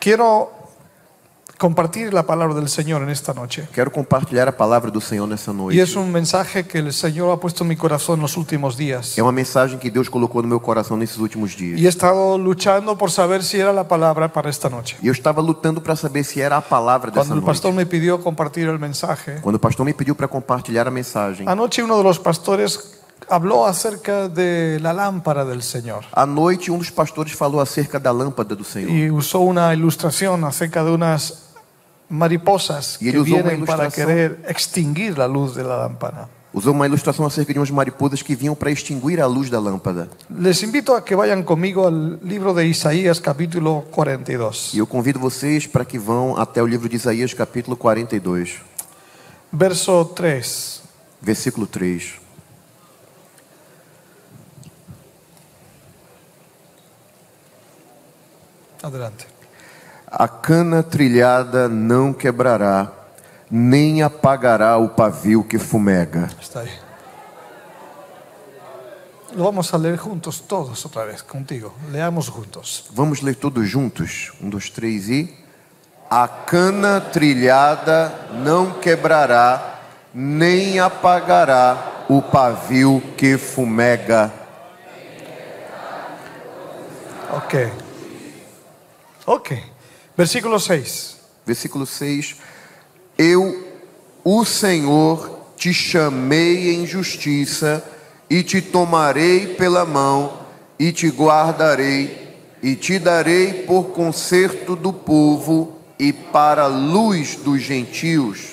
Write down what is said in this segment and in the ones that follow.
Quiero compartir la palabra del Señor en esta noche. Quero compartilhar a palavra do Senhor nessa Y es noite. un mensaje que el Señor ha puesto en mi corazón los últimos días. É uma mensagem que Deus colocou no meu coração nesses últimos dias. Y he estado luchando por saber si era la palabra para esta noche. E eu estava lutando para saber se era a palavra dessa Cuando el noite. pastor me pidió compartir el mensaje, Quando o pastor me pediu para compartilhar a mensagem, anoche uno de los pastores habló acerca de la lámpara del Señor à noite um dos pastores falou acerca da lâmpada do Senhor. y usó una ilustración acerca de unas mariposas Y él que usó una vienen para ilustración. querer extinguir la luz de la lámpara. Usou uma ilustração acerca de umas mariposas que vinham para extinguir a luz da lâmpada. Les invito a que vayan conmigo al libro de Isaías capítulo E 42, eu convido vocês para que vão até o livro de Isaías, capítulo 42, verso 3. versículo 3. Adelante. A cana trilhada não quebrará, nem apagará o pavio que fumega. Está ahí. Lo vamos a leer juntos todos otra vez, contigo. Leamos juntos. Vamos ler todos juntos? Um, dois, três e. A cana trilhada não quebrará, nem apagará o pavio que fumega. Ok. Ok. Versículo 6. Versículo 6. Eu, o Senhor, te chamei em justiça e te tomarei pela mão e te guardarei e te darei por conserto do povo e para a luz dos gentios.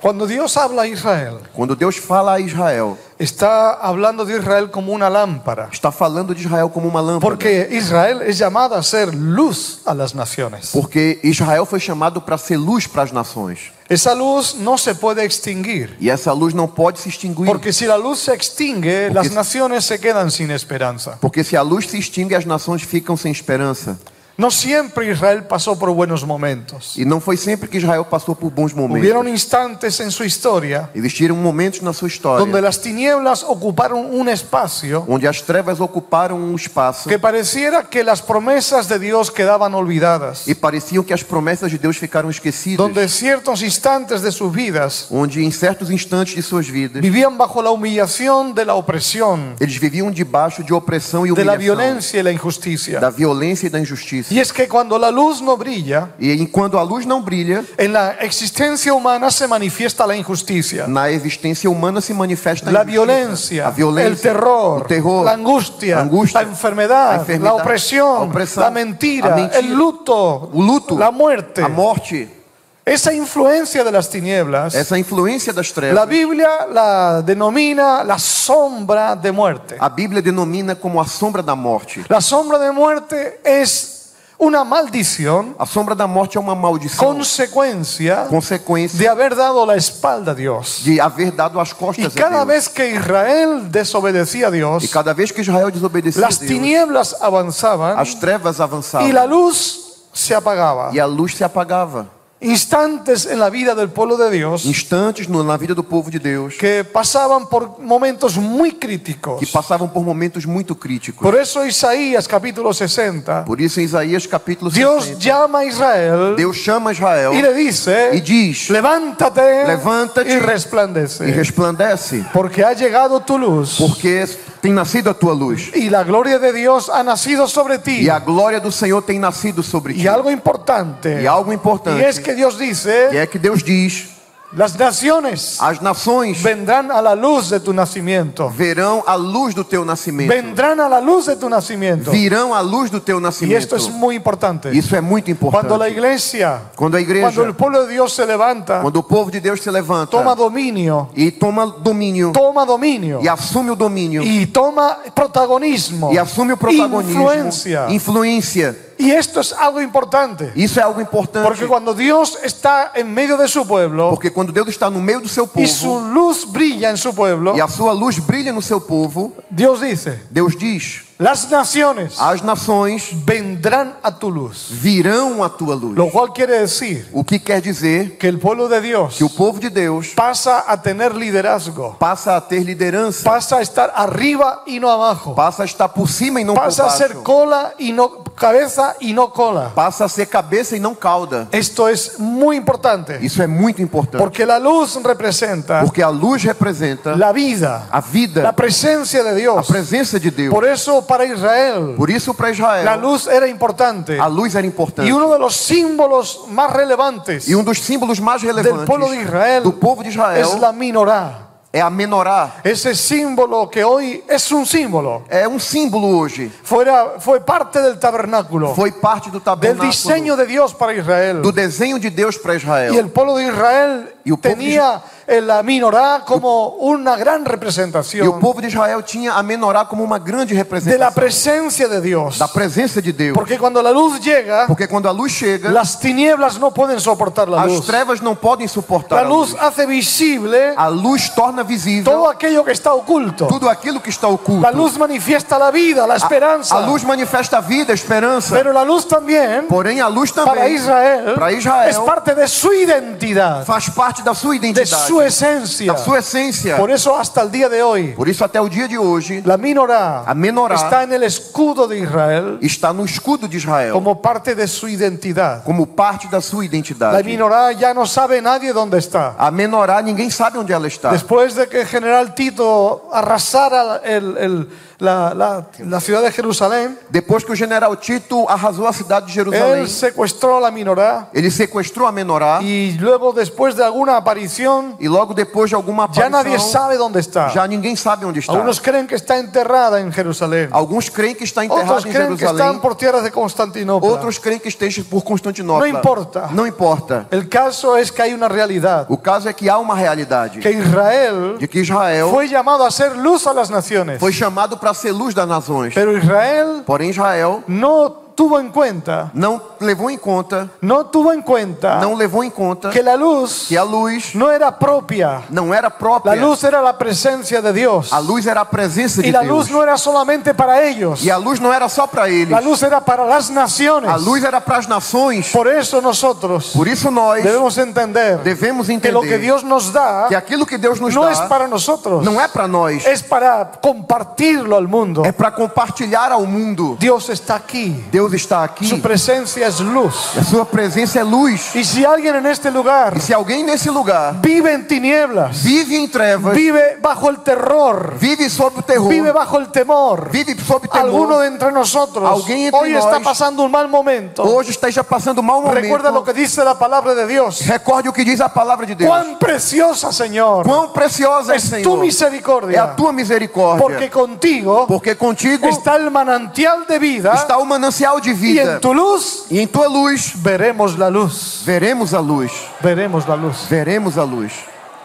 Cuando Dios habla a Israel, Quando Deus fala a Israel, está hablando de Israel como una lámpara. está falando de Israel como uma lâmpada. Porque Israel es llamada a ser luz a las naciones. Porque Israel foi chamado para ser luz para as nações. Esa luz no se puede extinguir. E essa luz não pode se extinguir. Porque si la luz se extingue, las naciones se quedan sin esperanza. Porque se a luz se extingue, as nações ficam sem esperança. No siempre Israel pasó por buenos momentos. E não foi sempre que Israel passou por bons momentos. Hubieron instantes en su historia Existiram momentos na sua história donde las tinieblas ocuparon un espacio onde as trevas ocuparam um espaço que pareciera que las promesas de Dios quedaban olvidadas, e pareciam que as promessas de Deus ficaram esquecidas. donde ciertos instantes de sus vidas Onde em certos instantes de suas vidas, vivían bajo la humillación de la opresión, eles viviam debaixo de opressão e de la humilhação, violencia y la injusticia. da violência e da injustiça. Y es que cuando la luz no brilla, E enquanto a luz não brilha, en la existencia humana se manifiesta la injusticia, na existência humana se manifesta a la injustiça, a violencia, el violência, terror, o terror, la angustia, a angústia, la enfermedad, a la enfermidade, opresión, a opressão, la a mentira, mentira, el luto, o luto, la muerte. a morte, Esa influencia de las tinieblas, essa influência das trevas. la Biblia la denomina la sombra de muerte. A Bíblia denomina como a sombra da morte. La sombra de muerte es una maldición, A sombra da morte é uma maldição, consecuencia consequência de haber dado la espalda a Dios. de haver dado as Y costas a cada Deus. vez que Israel desobedecía a E Dios, cada vez que Israel desobedecia a las Deus, tinieblas avanzaban as trevas avançavam y la luz se apagaba. e a luz se apagava. Instantes en la vida del pueblo de Dios Instantes no- na vida do povo de Deus que pasaban por momentos muy que críticos. passavam por momentos muito críticos. Por eso Isaías capítulo 60, Por isso, em Isaías capítulo 60, Dios llama a Israel Deus chama Israel y le dice, e diz: levántate, Levántate y E resplandece, resplandece, porque ha llegado tu luz porque tem nascido a tua luz, y la gloria de Dios ha nacido sobre ti. e a glória do Senhor tem nascido sobre ti. Y algo importante, E algo y es importante que Dios dice, que Ah. é que Deus diz: las naciones as nações vendrán a la luz de tu nacimiento, verão a luz do teu nascimento, vendrán a la luz de tu nacimiento. virão a luz do teu Y esto nascimento. es muy importante. Isso é muito Cuando la importante. iglesia, Quando a cuando el igreja, pueblo de Dios se levanta, quando o povo de Deus se levanta toma dominio, e toma domínio toma dominio e assume o domínio y toma protagonismo e assume o protagonismo, influencia. influência. Y esto es algo importante, Isso é algo importante, porque cuando Dios está en medio de su pueblo porque quando Deus está no meio do seu y su povo luz brilla en su pueblo, e a sua luz brilha no seu povo, Dios dice, Deus diz: las naciones as nações vendrán a tu luz. virão a tua luz. Lo cual quiere decir O que quer dizer que el pueblo de Dios que o povo de Deus pasa a tener liderazgo, passa a ter liderança, passa a estar arriba y no abajo. passa a estar por cima e não por pasa a baixo, ser cola y no cabeza y no cola. Passa a ser cabeça e não cauda. Esto es muy importante Isso é muito importante. porque la luz representa Porque a luz representa la vida, a vida, la presencia de a Dios. presença de Deus. Por eso para Israel Por isso, para la Israel, luz era importante a luz era y importante. uno de los símbolos más relevantes E um dos símbolos mais del pueblo de relevantes Israel do povo de es la Israel minorá. é a menorá. Ese símbolo que hoy es un símbolo, É um símbolo hoje. fuera, fue parte del tabernáculo, Foi parte do del tabernáculo, diseño de Dios para Israel. do desenho de Deus para Y Israel. el pueblo de Israel Y el pueblo de tenía en la minorá como una gran E o representación povo de Israel tinha a menorá como uma grande de la representação presencia de Dios. da presença de Deus. Porque cuando la luz llega, Porque quando a luz chega, las tinieblas no pueden soportar la as luz. trevas não podem suportar La a luz. Ah, luz hace visible A luz torna visível todo aquello que está oculto. tudo aquilo que está oculto. La luz manifiesta la vida, la Ah, A esperanza. luz manifesta a vida, a esperança. Pero la luz también Porém, a luz para também Israel, para Israel. es parte de su identidad, faz parte da sua de identidade, su esencia. da sua essência. Por eso hasta el día de hoy, Por isso, até o dia de hoje, la minorá A menorá está en el escudo de Israel está no escudo de Israel como parte de su identidad. como parte da sua La identidade. minorá ya no sabe nadie dónde está. A menorá, ninguém sabe onde ela está. Después de que el general Tito arrasara el- el- la, la- la ciudad de Jerusalén, Depois que o general Tito arrasou a cidade de Jerusalém, él secuestró la minorá ele sequestrou a menorá y luego después de alguna aparición, e logo depois de alguma ya nadie aparição, sabe dónde está. já ninguém sabe onde está. Algunos creen que está enterrada en Jerusalén. Alguns creem que está Otros enterrado em creen que están Jerusalém, por tierras de Constantinopla. outros creem que esteja por Constantinopla. Não importa. Não importa. El caso es que hay una realidad, O caso é que há uma realidade que Israel de que Israel fue llamado a ser luz a las naciones, foi chamado para ser luz das nações. pero Israel Porém, Israel no tuvo en cuenta, não levou em conta, no tuvo en cuenta não levou em conta Ah. que la luz que a luz no era propia, não era la própria. luz era la presencia de Dios A luz era a presença y de la luz Deus. no era solamente para ellos, E a luz não era só para eles. la luz era para las A naciones. luz era para as nações. Por eso nosotros Por isso nós debemos entender devemos que lo que Pues, entender Dios nos da que aquilo que Deus nos no es dá para nosotros. não é para nós, es para compartirlo al mundo. é para compartilhar ao mundo. Dios está aquí. Deus está aqui. Su presencia es luz. A sua presença é luz. Y si alguien en este lugar E se alguém nesse lugar vive en tinieblas, vive em trevas, vive bajo el terror, vive sob o terror, vive é bajo el temor, vive sob alguno temor, de entre nosotros Alguien entre hoy está nós. pasando un mal momento, hoje esteja passando mau recuerda lo momento, que dice la palabra de Dios. recorde o que diz a palavra de Deus. Cuán preciosa, Señor, Quão preciosa é, es tu Senhor, é a misericordia, tua misericórdia, porque contigo porque contigo está el manantial de vida está o manancial de y en vida. tu luz E em tua luz veremos la luz. veremos a luz, Veremos la luz. veremos a luz.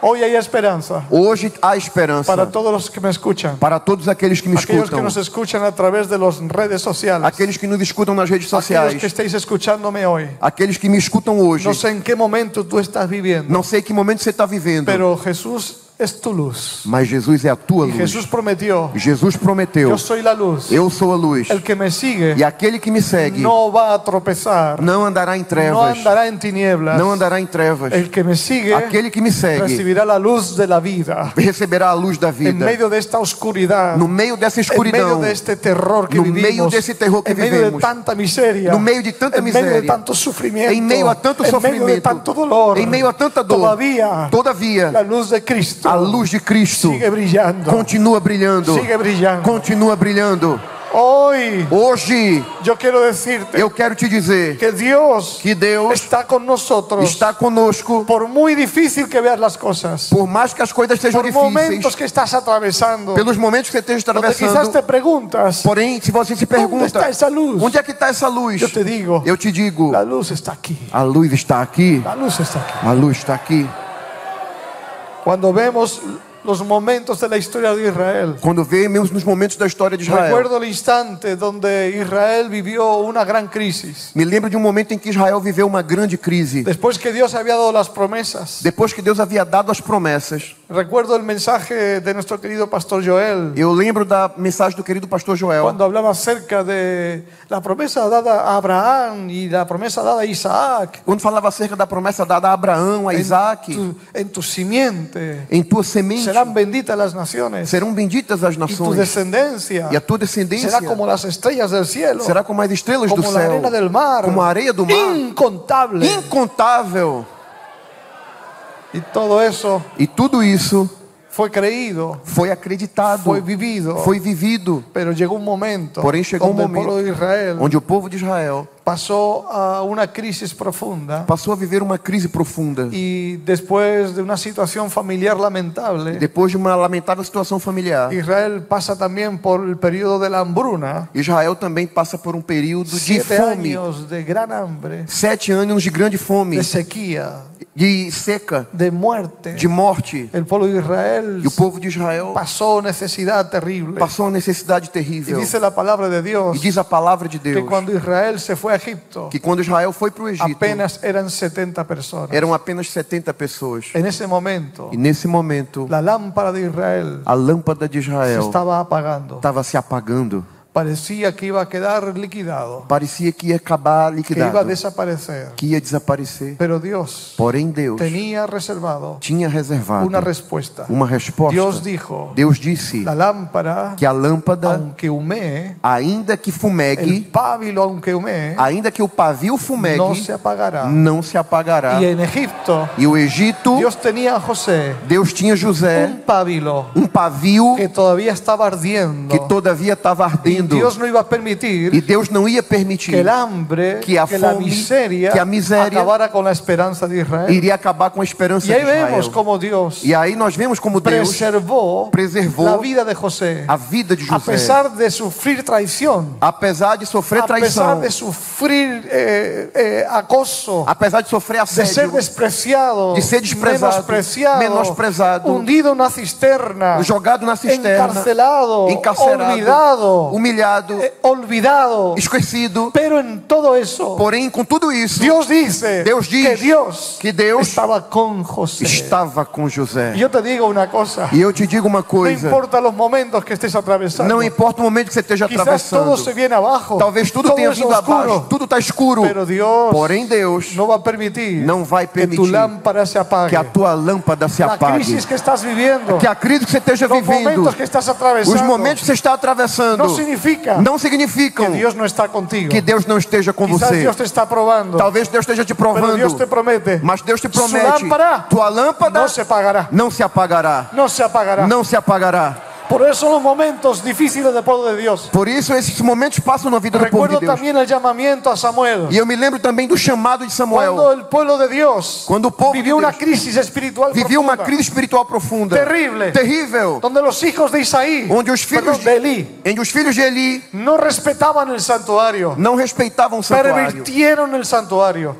Hoy hay esperanza Hoje há esperança para todos los que me escuchan. para todos aqueles que me Aquellos que escutam, nos escuchan a través de las redes sociales. aqueles que nos escutam nas redes Aquellos sociais, que estáis escuchándome hoy. aqueles que me escutam hoje. No sé en qué momento tú estás viviendo, Não sei que momento você está vivendo, pero Jesús es tu luz. mas Jesus é a tua luz. Jesús prometió, Jesus prometeu: yo soy la luz. Eu sou a luz, El que me e sigue aquele que me segue no va a tropezar, não andará em no trevas. andará en tinieblas. Não andará em trevas. El que me sigue Aquele que me segue recibirá la luz de la vida. receberá a luz da En vida. medio de esta oscuridad, No meio dessa en medio escuridão, de este terror que No vivimos, medio de ese terror que en medio de vivemos, tanta miseria, no meio de tanta en medio de miséria, tanto sofrimiento, em meio a tanto en medio de sofrimento, tanto dolor, em meio a tanta dor, todavía todavia la luz de Cristo a luz de Cristo sigue brillando, continua brilhando, sigue brillando. continua brilhando. Hoy Hoje yo quiero decirte eu quero te dizer que Dios que Deus está con nosotros, está conosco, por muy difícil que veas las cosas, por mais que as coisas sejam por momentos difíceis, que estás atravesando, pelos momentos que você esteja donde quizás atravessando. te preguntas, Porém, se você se ¿dónde pergunta está esa luz? onde é que está essa luz, Yo te digo, eu te digo: la luz está aquí, a luz está aqui, la luz está aquí. a luz está aqui. Cuando vemos los momentos de la historia de Israel, Quando vemos nos momentos da história de Israel, recuerdo el instante donde Israel vivió una gran crisis. me lembro de um momento em que Israel viveu uma grande crise. Después que Dios había dado las promesas, Depois que Deus havia dado as promessas, recuerdo el mensaje de nuestro querido pastor Joel, eu lembro da mensagem do querido pastor Joel, cuando hablaba acerca de la promesa dada a Abraham y la promesa dada a Isaac, quando falava acerca da promessa dada a Abraão, a Isaac, tu- en tu simiente em tua serán benditas las naciones serão benditas as y tu nações, descendencia e a tua descendência será como las estrellas del cielo, será como as estrelas do como la céu, arena del mar, como a areia do mar, incontable. incontável. y todo eso E tudo isso fue creído, foi acreditado, fue vivido, foi vivido, pero llegó un momento Porém, chegou um donde el momento pueblo de Israel onde o povo de Israel pasó a una crisis profunda passou a viver uma crise profunda. y después de una situación familiar lamentable, Depois de uma lamentável situação familiar, Israel pasa también por el periodo de la hambruna, Israel também passa por um período de siete fome, años de gran hambre, sete anos de grande fome, de sequía, de seca, de muerte. de morte. El pueblo de Israel E o povo de Israel pasó necesidad terrible. passou uma necessidade Y terrível. dice la palabra de E Dios diz a palavra de que Deus cuando Israel se fue a Egipto, que quando Israel foi para o Egito, apenas eran 70 personas. eram apenas 70 pessoas. En ese momento, E nesse momento, la lámpara de Israel a lâmpada de se Israel estaba apagando. estava se apagando. Parecía que iba a quedar liquidado, Parecia que ia que iba acabar a liquidado, desaparecer. que ia desaparecer. Pero Dios Porém, Deus tenía reservado tinha reservado una respuesta. uma resposta. Dios dijo, Deus disse la lámpara, que a lâmpada, aunque humee, ainda que el fumegue, pábilo aunque humee, ainda que o pavio no se fumegue, apagará. não se apagará. Y en Egipto, E o Egito, Dios tenía a José, Deus tinha José, un pábilo um pavio que todavía estaba que ardiendo. todavia estava Y ardendo. Dios no iba a E permitir Deus não ia que permitir. el hambre, que a que la fome, miseria, que a miséria acabara con la esperanza de Israel. Iria acabar com a esperança Y de ahí vemos Israel. cómo Dios E aí nós vemos como Deus preservó preservou la vida de José. a vida de A José, pesar de sufrir traición, apesar de sofrer a pesar traição, de sufrir eh, eh, acoso, apesar de sofrer de ser assédio, despreciado, de ser desprezado, menospreciado, menosprezado, hundido en una cisterna, jogado na cisterna, encarcelado, encarcerado, olvidado, humilhado, eh, olvidado. esquecido. Pero en todo eso, Porém, com tudo isso, Dios dice Deus diz que Dios que Deus estaba con José. estava com José. Y Yo te digo una cosa, E eu te digo uma no coisa: é. importa los momentos que estés atravesando, não importa o momento que você esteja quizás todo atravessando, se viene abajo, talvez tudo todo tenha es vindo oscuro, abaixo, tudo está escuro. pero Dios Porém, Deus no va a permitir, não vai que tu permitir lámpara se apague. que a tua lâmpada se La apague. crisis que estás viviendo, Que a crise que você esteja los vivendo, momentos que é estás atravesando, os momentos que você está atravessando, no significa não significam que Dios no está contigo. que Deus não esteja com quizás você. Dios te está probando, Talvez Deus esteja te pero Dios te provando, promete, mas Deus te su promete: lámpara tua lâmpada no se apagará, não se apagará. no se apagará. Não se apagará. Por eso son los momentos difíciles del pueblo de Dios. Por isso, esses momentos passam na vida do povo de Recuerdo Deus. también el llamamiento a Samuel. E eu me lembro também do chamado de Cuando Samuel. el pueblo de Dios Quando o povo de vivió una Deus crisis espiritual vivia uma profunda, crise espiritual profunda, Terrível. terrível, donde los hijos de Isaí, onde os filhos perdón, de Elí, onde os filhos de Eli no respetaban el santuario, não respeitavam o santuário, pervirtieron el santuario,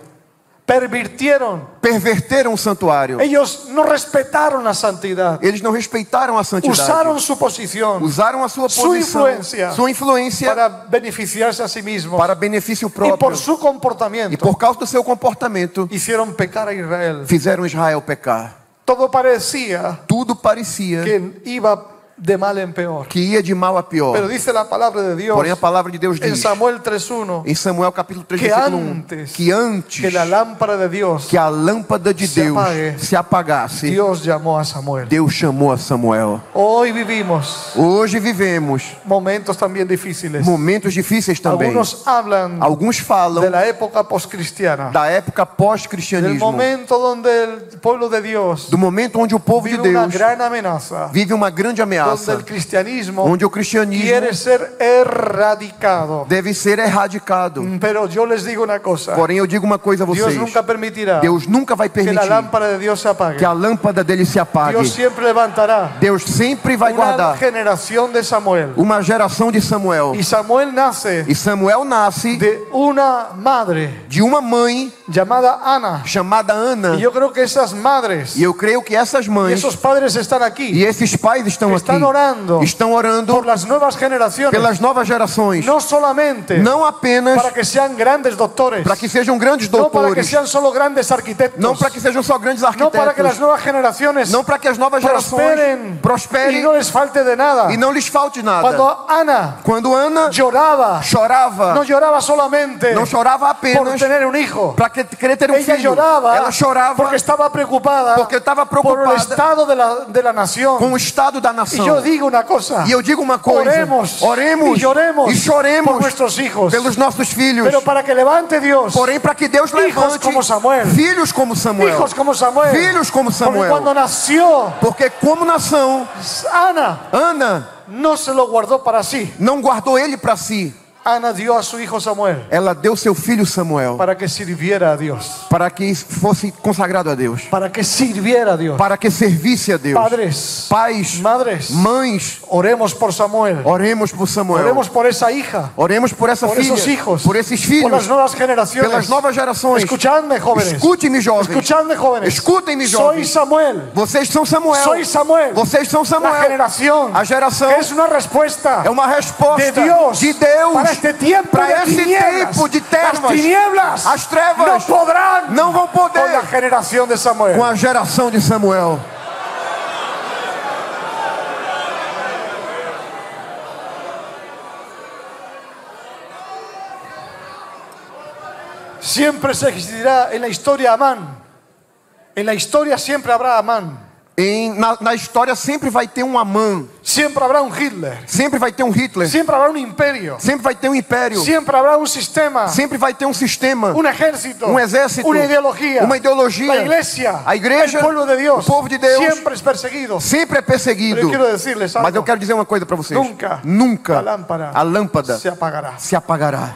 pervirtieron. perverteram o santuário. Ellos no respetaron la santidad, Eles não respeitaram a santidade. usaram su posición Usaram a sua Sua posição, influência. sua influência para, para beneficiarse a sí mismos benefício y próprio. por su E comportamiento por causa do seu comportamento, hicieron pecar a Israel. fizeram Israel pecar. Todo parecía Tudo parecia que, que iba de mal en peor. ia de mal a pior. Pero dice la palabra de Dios Porém, a palavra de Deus en diz, Samuel 3.1 em Samuel capítulo 3, Que versículo 1, antes- que antes que la lámpara de Dios que a lâmpada de se Deus apague, se apagasse, Dios llamó a Samuel. Deus chamou a Samuel. Hoy vivimos Hoje vivemos momentos también difíciles. momentos difíceis também. Algunos hablan Alguns de falam la época postcristiana, da época del pós-cristianismo, momento donde el pueblo de Dios do momento onde o povo de vive una Deus gran amenaza, vive uma grande donde el ameaça, cristianismo onde o cristianismo quiere ser erradicado. deve ser erradicado. Pero yo les digo una cosa, Porém, eu digo uma coisa a Dios vocês: Ah. nunca permitirá Deus nunca vai que la permitir lámpara de Dios se apague. que a lâmpada dele se apague. Dios siempre levantará Deus sempre vai una guardar generación de Samuel. uma geração de Samuel. Y Samuel nace E Samuel nasce de una madre de uma mãe llamada Ana. chamada Ana. Y yo creo que esas madres E eu creio que essas y mães esos padres están e aquí. esses pais estão Están Están orando estão orando por las nuevas generaciones, pelas novas gerações, no solamente não apenas para que sean grandes doctores, para que sejam grandes no para que doutores, sean solo grandes arquitectos, não para que sejam só grandes no para que las arquitetos, nuevas generaciones não para que as novas prosperen gerações prosperem y no les falte de nada. e não lhes falte nada. Cuando Ana Quando Ana lloraba, no chorava, lloraba solamente não chorava por apenas tener un hijo. para que- querer ter um Ella filho, lloraba, ela chorava porque estaba preocupada porque estaba por el preocupada estado de la, de la nación. com o estado da Y yo nação. digo una cosa. E eu digo uma coisa: Oremos, oremos y lloremos e choremos por nuestros hijos. pelos nossos filhos. Pero para que levante Dios Porém, para que Deus Hijos levante como Samuel. filhos como Samuel. hijos como Samuel. Filhos como Porque Samuel. cuando nació Porque, como nação, Ana, Ana no se lo guardó para sí. não guardou ele para si. Ana dio a su hijo Samuel Ela deu seu filho Samuel para que sirviera a Dios. para que fosse consagrado a Deus, Para que sirviera a Dios. para que servisse a Deus. Padres, Pais, madres, mães, oremos por Samuel. oremos por Samuel. Oremos por esa hija. Oremos por essa Por filha, esos hijos. por esses Por las filhos, nuevas generaciones. pelas novas gerações. Escuchadme, jóvenes. Escute-me, jovens. Escuchadme, jóvenes. Escutem-me, Soy jovens. Samuel. Vocês são Samuel. Soy Samuel. Vocês são La Samuel. generación A geração es una respuesta é uma de resposta Dios, de Deus para este tiempo para de esse tinieblas. tempo de Las trevas. tinieblas As trevas no podrán não vão con la poder generación de Samuel. com a geração de Samuel. Siempre se existirá en la historia Amán. En la historia siempre habrá Amán. Em- na, na história sempre vai ter um Amã, Siempre habrá un Hitler. sempre vai ter um Hitler, Siempre habrá un imperio. sempre vai ter um império, Siempre habrá un sistema. sempre vai ter um sistema, un ejército, um exército, una ideología, uma ideologia. la iglesia, a igreja, el pueblo de Dios, o povo de Deus, siempre es perseguido. sempre Pero é yo perseguido. quiero decirles algo, Mas eu quero dizer uma coisa para vocês. Nunca Nunca a lámpara a lâmpada se apagará. se apagará.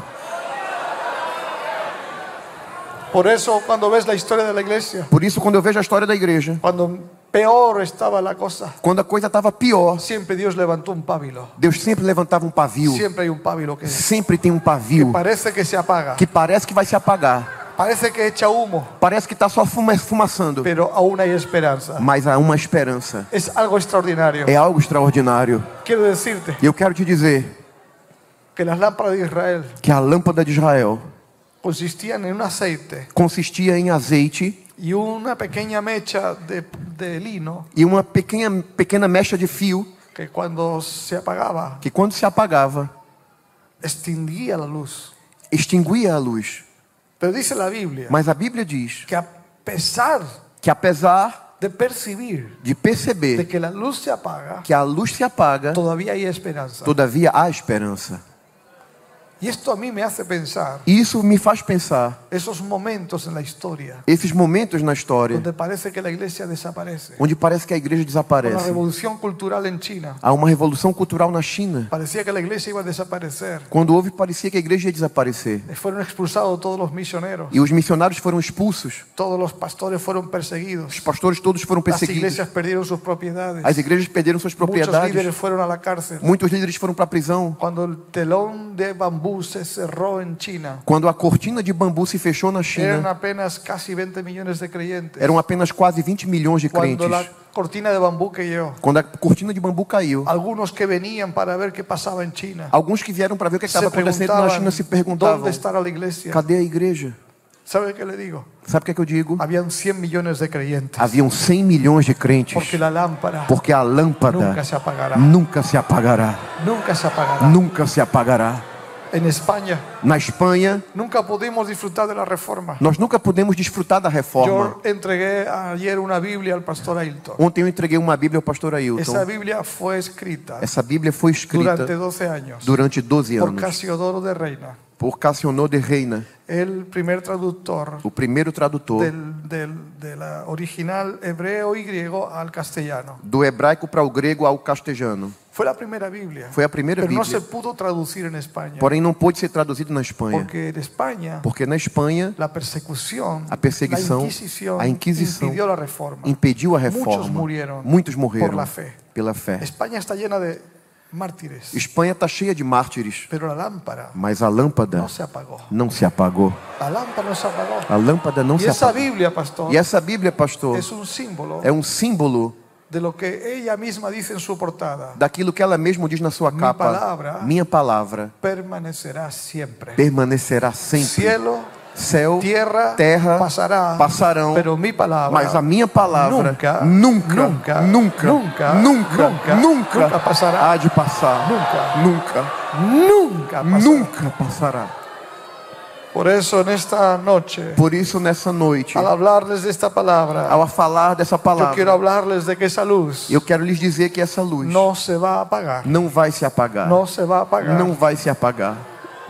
Por eso cuando ves la historia de la iglesia, Por isso, quando eu vejo a história da igreja, cuando peor estaba la cosa, quando a coisa estava pior, siempre Dios levantó un pábilo. Deus sempre levantava um pavio. Siempre hay un pábilo que Sempre tem um pavio parece que se apaga, que parece que vai se apagar. parece que echa humo, Parece que está só fuma- fumaçando. pero aún hay esperanza. Mas há uma esperança. Es algo extraordinario. É algo extraordinário. Quiero decirte E eu quero te dizer que las lámparas de Israel que a lâmpada de Israel consistían en un aceite consistia em azeite y una pequeña mecha de, de lino e uma pequena, pequena mecha de fio que cuando se apagaba que, quando se apagava, extinguía la luz. extinguia a luz. Pero dice la Biblia Mas a Bíblia diz que a pesar que, apesar de percibir de de perceber que la luz se apaga, que a luz se apaga, todavía hay esperanza. todavia há esperança. Y esto a mí me hace pensar Isso me faz pensar esos momentos en la historia esses momentos na história donde parece que la iglesia desaparece. onde parece que a igreja Con la desaparece. revolución cultural en China, Há uma revolução cultural na China. parecía que la iglesia iba a desaparecer. Quando houve, parecia que a igreja ia desaparecer. Fueron expulsados todos los misioneros, E os missionários foram expulsos. todos los pastores fueron perseguidos, Os pastores todos foram las perseguidos. iglesias perdieron sus propiedades, As igrejas perderam muchos suas propriedades. líderes fueron a la cárcel. Muitos líderes foram para a prisão. Cuando el telón de bambú se cerró en China, Quando a cortina de bambu se fechou na eran China, apenas casi 20 millones de creyentes. eram apenas quase 20 milhões de Cuando crentes. la cortina de bambú cayó, Quando a cortina de bambu caiu, algunos que venían para ver qué pasaba en China alguns que vieram para ver o que se estava acontecendo na China se preguntaban dónde perguntavam: estará la iglesia. cadê a igreja? ¿Sabe qué le digo? Sabe o que, é que eu digo? Habían 100 millones de creyentes Haviam 100 milhões de crentes, porque la lámpara porque a lâmpada nunca se apagará, nunca se apagará. nunca se apagará. Nunca se apagará. En España Na Espanha, nunca pudimos disfrutar de la reforma. nós nunca podemos desfrutar da reforma. Yo entregué ayer una Biblia al pastor Ailton. Ontem eu entreguei uma Bíblia ao pastor Esa Ailton. Biblia fue escrita Essa Bíblia foi durante escrita 12 años durante 12 por anos Casiodoro de Reina, por Cassionot de Reina, el primer traductor o primeiro tradutor del, del- de la original hebreo y griego al castellano. do hebraico para o grego ao castelhano. Fue la primera Biblia, Foi a primeira pero no se Bíblia, pudo traducir en España, porém não pôde ser traduzido na Espanha, porque en España porque na Espanha la persecución, A perseguição, la Inquisición, a Inquisição impidió la reforma. impediu a Muchos reforma. murieron Muitos morreram por la fe. pela fé. España está llena de mártires, Espanha está cheia de mártires, pero la lámpara mas a lâmpada no se apagó. não se apagou. La lámpara no se apagó. A lâmpada não Y se esa apagou. Biblia, pastor, E essa Bíblia, pastor, es un símbolo é um símbolo de lo que ella misma dice en su portada. daquilo que ela mesma diz na sua capa. palavra- minha palavra Permanecerá siempre. permanecerá sempre. Cielo, Céu, tierra, terra pasará, passarão, pero mi palabra mas a minha palavra nunca, nunca, nunca, nunca, nunca, nunca, nunca, nunca nunca passará. há de passar, Nunca. nunca, nunca pasará. nunca passará. Por eso en esta noche, Por isso nessa noite, al hablarles de esta palabra, ao falar dessa yo palavra, quiero hablarles de que esa luz eu quero lhes dizer que essa luz no se va a apagar. não vai se apagar, No se va a apagar. não vai se apagar,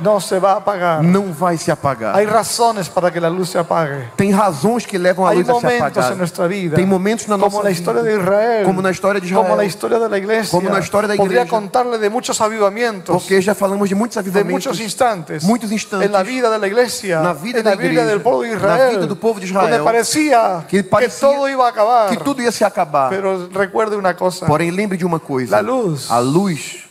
No se va a apagar. não vai se apagar. Hay razones para que la luz se apague. Tem razões que levam a Hay luz a se momentos apagar. en nuestra vida, Tem momentos na como nossa la vida, historia de Israel, como na história de Israel, como la historia de la iglesia. Como na história da Podría igreja. contarle de muchos avivamientos, porque já falamos de muitos de avivamentos, muchos instantes, muitos instantes, en la vida de la iglesia, na vida en da la Biblia igreja, del pueblo de na Israel, vida do povo de donde Israel, parecía que parecia todo iba a acabar. que tudo ia se acabar. Pero recuerde una cosa, Porém, lembre de uma coisa: La luz. a luz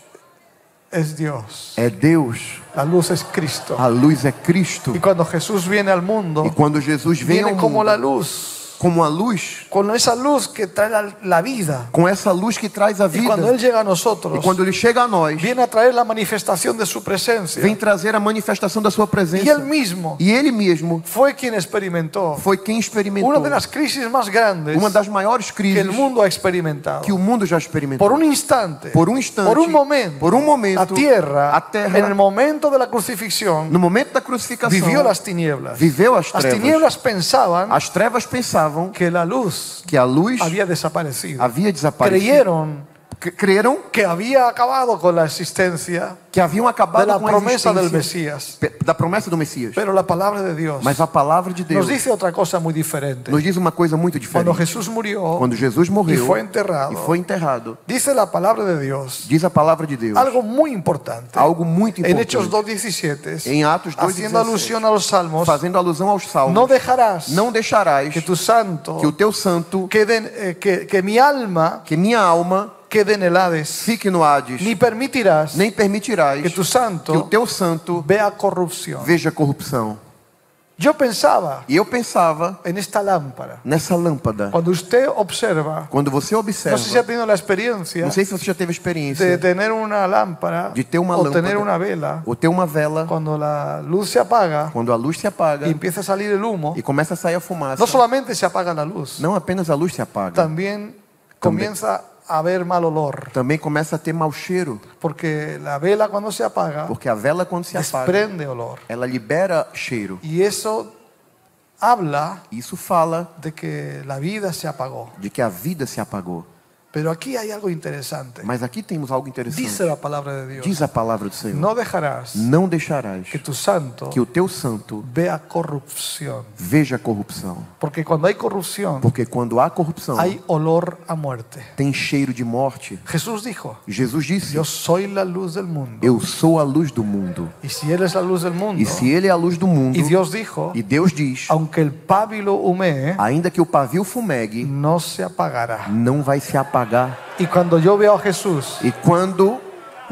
es Dios, é Deus, la luz es Cristo. a luz é Cristo. Y cuando Jesús viene al mundo, E quando Jesus vem ao viene como mundo, la luz, como a luz, con esa luz que trae la, la vida. com essa luz que traz a Y cuando vida, Él llega a e nosotros, quando ele chega a nós, viene a traer la manifestación de su presencia. vem trazer a manifestação da sua Y él presença. mismo E ele mesmo fue quien experimentó foi quem experimentou una de las crisis más grandes uma das maiores que crises el mundo ha experimentado. que o mundo já Por experimentou. un instante, Por um un instante, por un momento, por un momento, la tierra, a terra, en el momento de la crucifixión, No momento da crucificação, vivió las tinieblas. viveu as Las trevas. tinieblas pensaban As trevas pensavam que la luz que a luz había desaparecido. havia desaparecido. Creyeron C- Creram que había acabado con la existencia que haviam de acabado la com a promesa del existência Mesías. pe- da promessa do Messias. Pero la palabra de Dios Mas a palavra de Deus nos dice otra cosa muy diferente. nos diz uma coisa muito Cuando diferente. Jesús murió, Quando Jesus morreu y fue enterrado. e foi enterrado, dice la palabra de Dios diz a palavra de Deus é algo muy importante. algo muito en Hechos importante, 2.17, Em Atos 2:17, haciendo alusión a los salmos, fazendo alusão aos salmos. no dejarás Não deixarás que tu santo, que o teu santo, quede, eh, que, que mi alma que minha alma quede en el Hades, fique no Hades, ni permitirás nem permitirás que tu que o santo teu santo vea corrupción. veja corrupção. Yo pensaba E eu pensava en esta lámpara. nessa lâmpada. Cuando usted observa, Quando você no sé si ha observa, tenido la experiencia não sei se você já teve experiência de tener una lámpara de ter uma o tener lâmpada. una vela, ou ter uma vela, cuando la luz se apaga quando a luz y se apaga empieza a salir el humo, e começa a sair a fumaça, no solamente se apaga la luz, não apenas a luz Tá. se apaga, también comienza a haber mal olor, também começa a ter mau cheiro, porque la vela cuando se apaga porque a vela quando se apaga, desprende olor. ela libera cheiro. Y eso habla Isso fala de que la vida se apagó. de que a vida se apagou. Pero aquí hay algo interesante. Mas aqui temos algo Dice interessante. la palabra de Dios, Diz a palavra do Senhor: no dejarás Não deixarás que tu santo que o teu santo vea corrupción. veja corrupção, Porque cuando hay corrupción, porque quando há corrupção, hay olor a muerte. tem cheiro de morte. Jesús dijo, Jesus disse: yo soy la luz del mundo. Eu sou a luz do mundo. Y si Él es la luz del mundo, E se ele é a luz do mundo, y Dios dijo, e Deus diz: aunque el pábilo humee, ainda que o pavio fumegue, no se apagará. não vai se apagar. Y cuando yo veo a Jesús, E quando,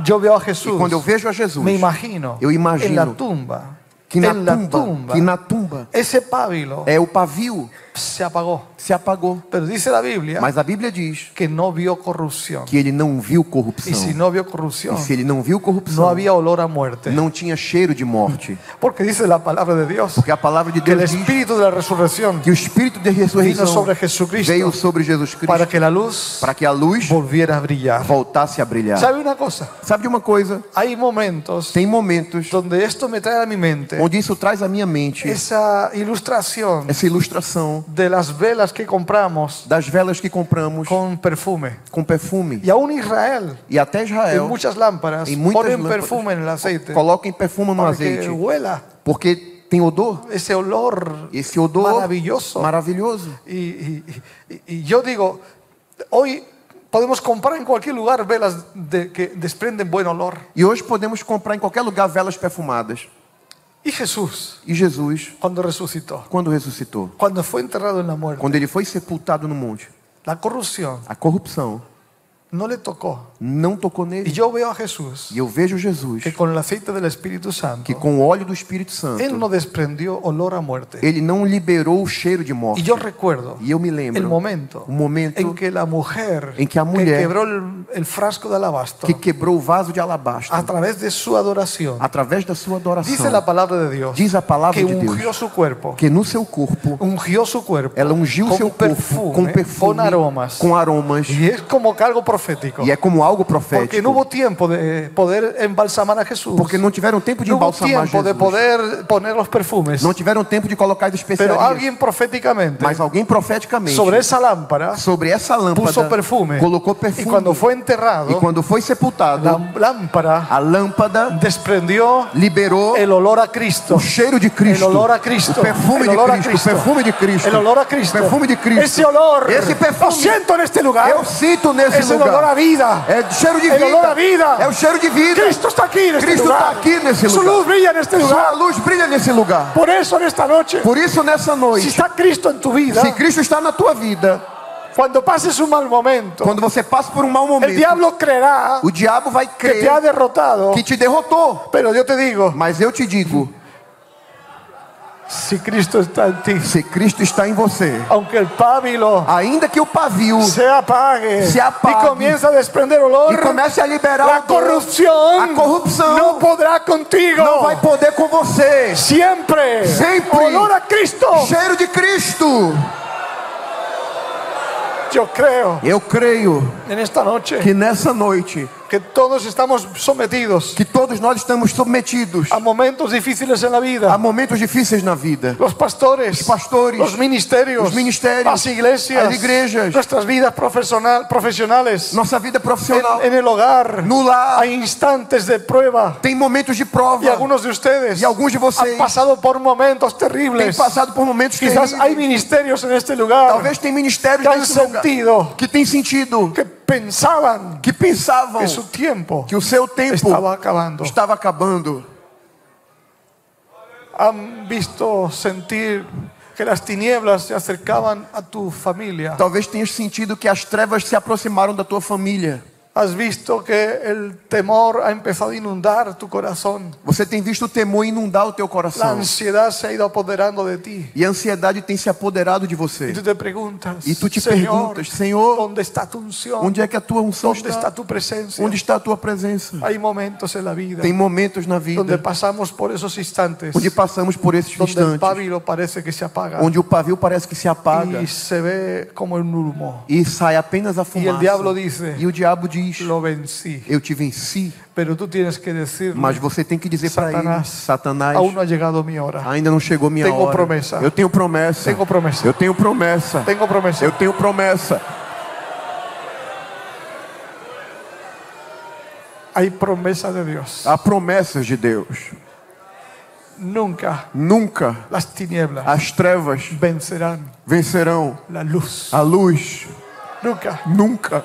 yo veo a e Jesús, quando eu vejo a Jesus, me imagino, eu imagino en la tumba, que na en la tumba, tumba, que Eh. na tumba ese pábilo é o pavio se apagó. se apagou. Pero dice la Biblia Mas a Bíblia diz que no vio corrupción. que ele não viu corrupção. Y si no vio E corrupción, se ele não viu no corrupção, había olor a muerte. não tinha cheiro de morte. Porque dice la palabra de Dios Porque a palavra de que el Deus diz espíritu de la resurrección que o espírito de vino ressurreição sobre Jesucristo veio sobre Jesus Cristo para que la luz para que a luz volviera a brillar. voltasse a brilhar. ¿Sabe una cosa? Sabe de uma coisa? Hay momentos Tem momentos donde esto me trae a mi mente onde isso traz à minha mente esa ilustración essa ilustração de las velas que compramos das velas que compramos con perfume. com perfume. Y aún Israel, E até en Israel muchas lámparas, em muitas ponen lâmpadas, perfume en el aceite coloquem perfume no para que azeite, huela porque tem odor, esse olor esse odor maravilloso. maravilhoso. y, y- y- y yo digo, hoy podemos comprar en cualquier lugar velas de- que desprenden buen olor. E hoje podemos comprar em qualquer lugar velas perfumadas. Y Jesús, E Jesus, cuando resucitó, quando ressuscitou, cuando fue enterrado en la muerte, quando ele foi sepultado no monte, la corrupción a corrupção no le tocó. não tocou Y nele. yo veo a Jesús E eu vejo Jesus que con el aceite del Espíritu que Santo, com o óleo do Espírito Él Santo, no desprendió olor a muerte. ele não liberou o cheiro de Y morte. yo recuerdo E eu me el lembro momento, o momento en que la mujer en que la mujer- quebró el, el frasco de alabastro que quebrou o vaso de alabastro a través de su adoración. através da sua Dice adoração. la palabra de Dios Diz a palavra que de Deus ungió su cuerpo. que no seu corpo Ungió su cuerpo ela ungiu con seu corpo um perfume, com perfume, con aromas. com aromas, Y es como cargo profético. e é como algo Porque no profético, hubo tiempo de eh, poder embalsamar a Jesús. porque não tiveram tempo de no hubo embalsamar tiempo de Jesus, poder poner los perfumes. não tiveram tempo de colocar as Pero especiarias, alguien proféticamente mas alguém profeticamente sobre esa lámpara sobre essa lâmpada puso perfume. colocou Y perfume cuando fue e enterrado, quando foi sepultado la lámpara a lâmpada desprendió liberou el olor a Cristo. o cheiro de Cristo, El olor a Cristo. o perfume El de olor a Cristo, Cristo. o perfume de Cristo, El olor a Cristo. o perfume de Cristo, Esse olor. Esse Lo perfume. siento en este lugar. eu sinto nesse Esse lugar, olor a vida. é de cheiro de El vida, olor a vida. é o cheiro de vida, Cristo está aquí en este Cristo lugar. está aqui nesse Su lugar. luz brilla en este sua lugar. luz brilha nesse lugar, Por eso en esta noche, por isso nessa si noite, está Cristo en tu vida, se Cristo está na tua vida, cuando pases un mal momento, quando você passa por um mau el momento, diablo creerá o diabo vai que te ha crer derrotado. que te derrotou, Pero yo te digo, mas eu te digo, si Cristo está en ti, se Cristo está em você, aunque el pábilo ainda que o pavio se apague, Se apague. y comienza a desprender olor, e comece a liberar la o dor, corrupción a corrupção no podrá contigo. não vai poder com você. Siempre, Siempre. olor a Cristo. Cheiro de Cristo. Yo creo Eu creio en esta noche que nessa noite que todos estamos sometidos que todos nós estamos submetidos a momentos difíciles en la a vida. momentos difíceis na vida. Los pastores, pastores, los ministerios, os ministérios, las iglesias, as igrejas, nuestras vidas profesional- profesionales, Nossa vida profissional en, en el hogar, no lar hay instantes de prueba. tem momentos de Y prova. algunos de ustedes E alguns de han vocês pasado por momentos têm terribles. passado por momentos Quizás hay terríveis. ministerios en este lugar Talvez tem ministérios que han nesse lugar sentido que tem sentido, que pensaban que pensavam que su tiempo que o seu tempo estaba acabando. estava acabando. Han visto sentir que las tinieblas se acercaban a tu familia. Talvez tenhas sentido que as trevas se aproximaram da tua família. Has visto que el temor ha empezado a inundar tu corazón. Você tem visto o temor inundar o teu La coração. ansiedad se ha ido apoderando de ti. E a ansiedade tem se apoderado de Y você. tú te preguntas, E tu te Señor, perguntas, Senhor, ¿dónde está tu unción? onde é que a tua unção ¿Dónde está? está tu presencia? Onde está a tua presença? Hay momentos en la vida Tem momentos na donde vida pasamos por esos instantes onde passamos por esses donde el instantes, pábilo parece que se apaga onde o pavio parece que se apaga y se ve como un humo. e sai apenas a Y el fumaça. diablo dice, E o diabo diz: lo vencí. Eu te venci, Pero tú tienes que decir, mas você tem que dizer para ele: Satanás, Satanás, aún no ha llegado mi hora. ainda não chegou minha Tenho hora. promessa. Eu tenho promessa. Tengo promesa. Eu tenho promessa. Tengo promesa. Eu tenho promessa. Hay promesa de Dios. Há promessas de Deus. Nunca Nunca las tinieblas as trevas vencerán vencerão la luz. a luz. Nunca. Nunca.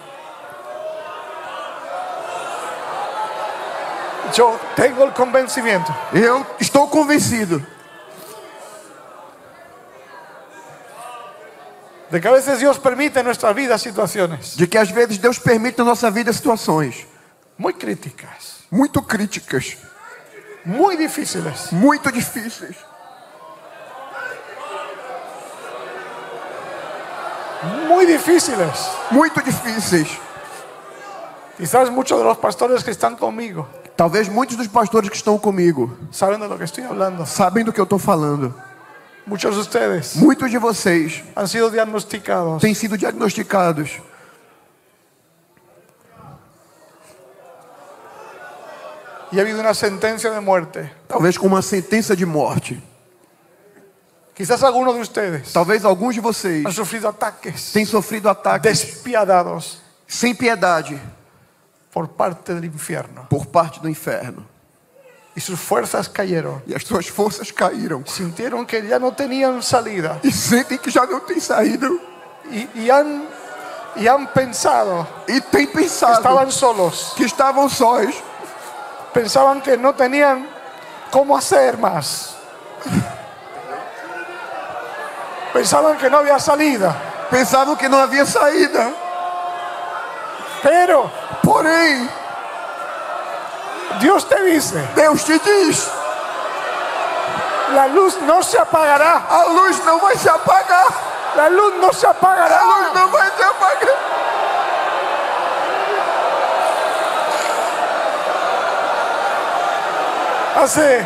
Yo tengo el convencimiento Eu estou convencido de que a veces Dios permite en nuestras vidas situaciones de que às vezes Deus permite na nossa vida situações muy críticas, muito críticas, muy difíciles. muito difíceis, muy difíciles. muito difíceis. Quizás muchos de los pastores que están conmigo Talvez muitos dos pastores que estão comigo saben de lo que estoy hablando. sabem do que eu estou falando. Muchos de ustedes Muitos de vocês han sido diagnosticados têm sido diagnosticados y ha habido una sentencia de muerte. talvez com uma sentença de morte. Quizás algunos de ustedes Talvez alguns de vocês han sufrido ataques tenham sofrido ataques despiadados sem piedade por parte del infierno por parte do inferno. y sus fuerzas cayeron. E as suas forças caíram. Sintieron que ya no tenían salida E sentem que já não tem saída. y, y han, y han pensado E tem que pensado estaban solos. que estavam sós. Pensaban que no tenían cómo hacer más. Pensaban que no había salida. Pensavam que não havia saída. Pero Porém, Dios te dice, Deus te diz: la luz no se apagará, a luz não vai se apagar, la luz no se a luz apagará. não vai se apagar. Hace,